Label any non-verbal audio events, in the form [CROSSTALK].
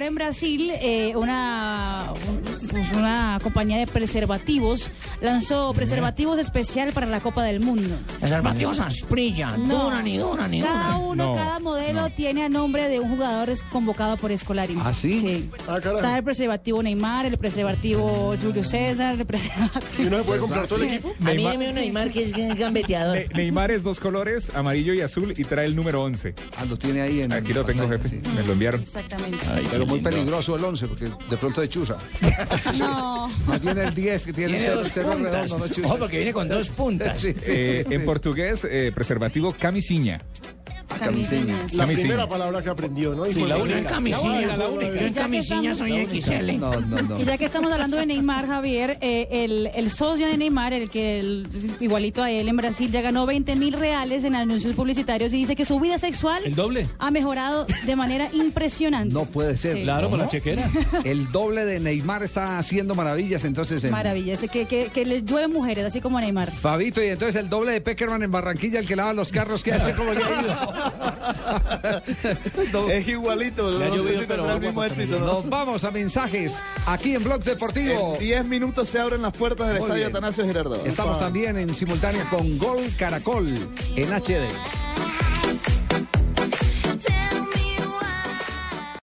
en Brasil, eh, una, un- pues, una compañía de preservativos lanzó preservativos especial para la Copa del Mundo. Preservativos asprillan, No. duran y duran y Cada duran. uno, No, cada modelo tiene a nombre de un jugador es- convocado por Escolari. ¿Ah, sí? Ah, carajo. Está el preservativo Neymar, el preservativo Julio César, el preservativo... [LAUGHS] ¿Y uno se puede comprar todo el equipo? A mí Neymar- deme un Neymar que es Ah. gambeteador. Ne- Neymar es dos colores, amarillo y azul, y trae el número 11. Ah, lo tiene ahí en. Aquí lo tengo, pantalla, jefe. sí. Me lo enviaron. Exactamente. Pero muy peligroso el 11, porque de pronto es chusa. No. Más bien el 10 que tiene, Tiene cero, dos cero puntas. redondo, no chusa. Ojo, porque [LAUGHS] viene con dos puntas. Sí, sí, Eh, sí. En portugués, eh, preservativo camisinha. Camiseñas. La Camisilla. primera palabra que aprendió, ¿no? Y Sí, fue la única. camisilla. Yo en Ya que camisilla estamos- soy XL. No, no, no. Y ya que estamos hablando de Neymar, Javier, eh, el, el socio de Neymar, el que el- igualito a él en Brasil, ya ganó 20 mil reales en anuncios publicitarios y dice que su vida sexual ¿El doble? ha mejorado de manera impresionante. No puede ser. Sí. Claro, con la chequera. El doble de Neymar está haciendo maravillas, entonces. En... Maravilla, ese que, que, que le llueve mujeres, así como a Neymar. Fabito, y entonces el doble de Peckerman en Barranquilla, el que lava los carros, ¿qué hace? ¿Cómo le ha ido? No. Es igualito, Ya no llovió, sé si pero tendrá el agua mismo para éxito, ¿no? Nos vamos a mensajes aquí en Blog Deportivo. En 10 minutos se abren las puertas del Muy estadio bien. Atanasio Girardot. Estamos también en simultáneo con Gol Caracol en HD.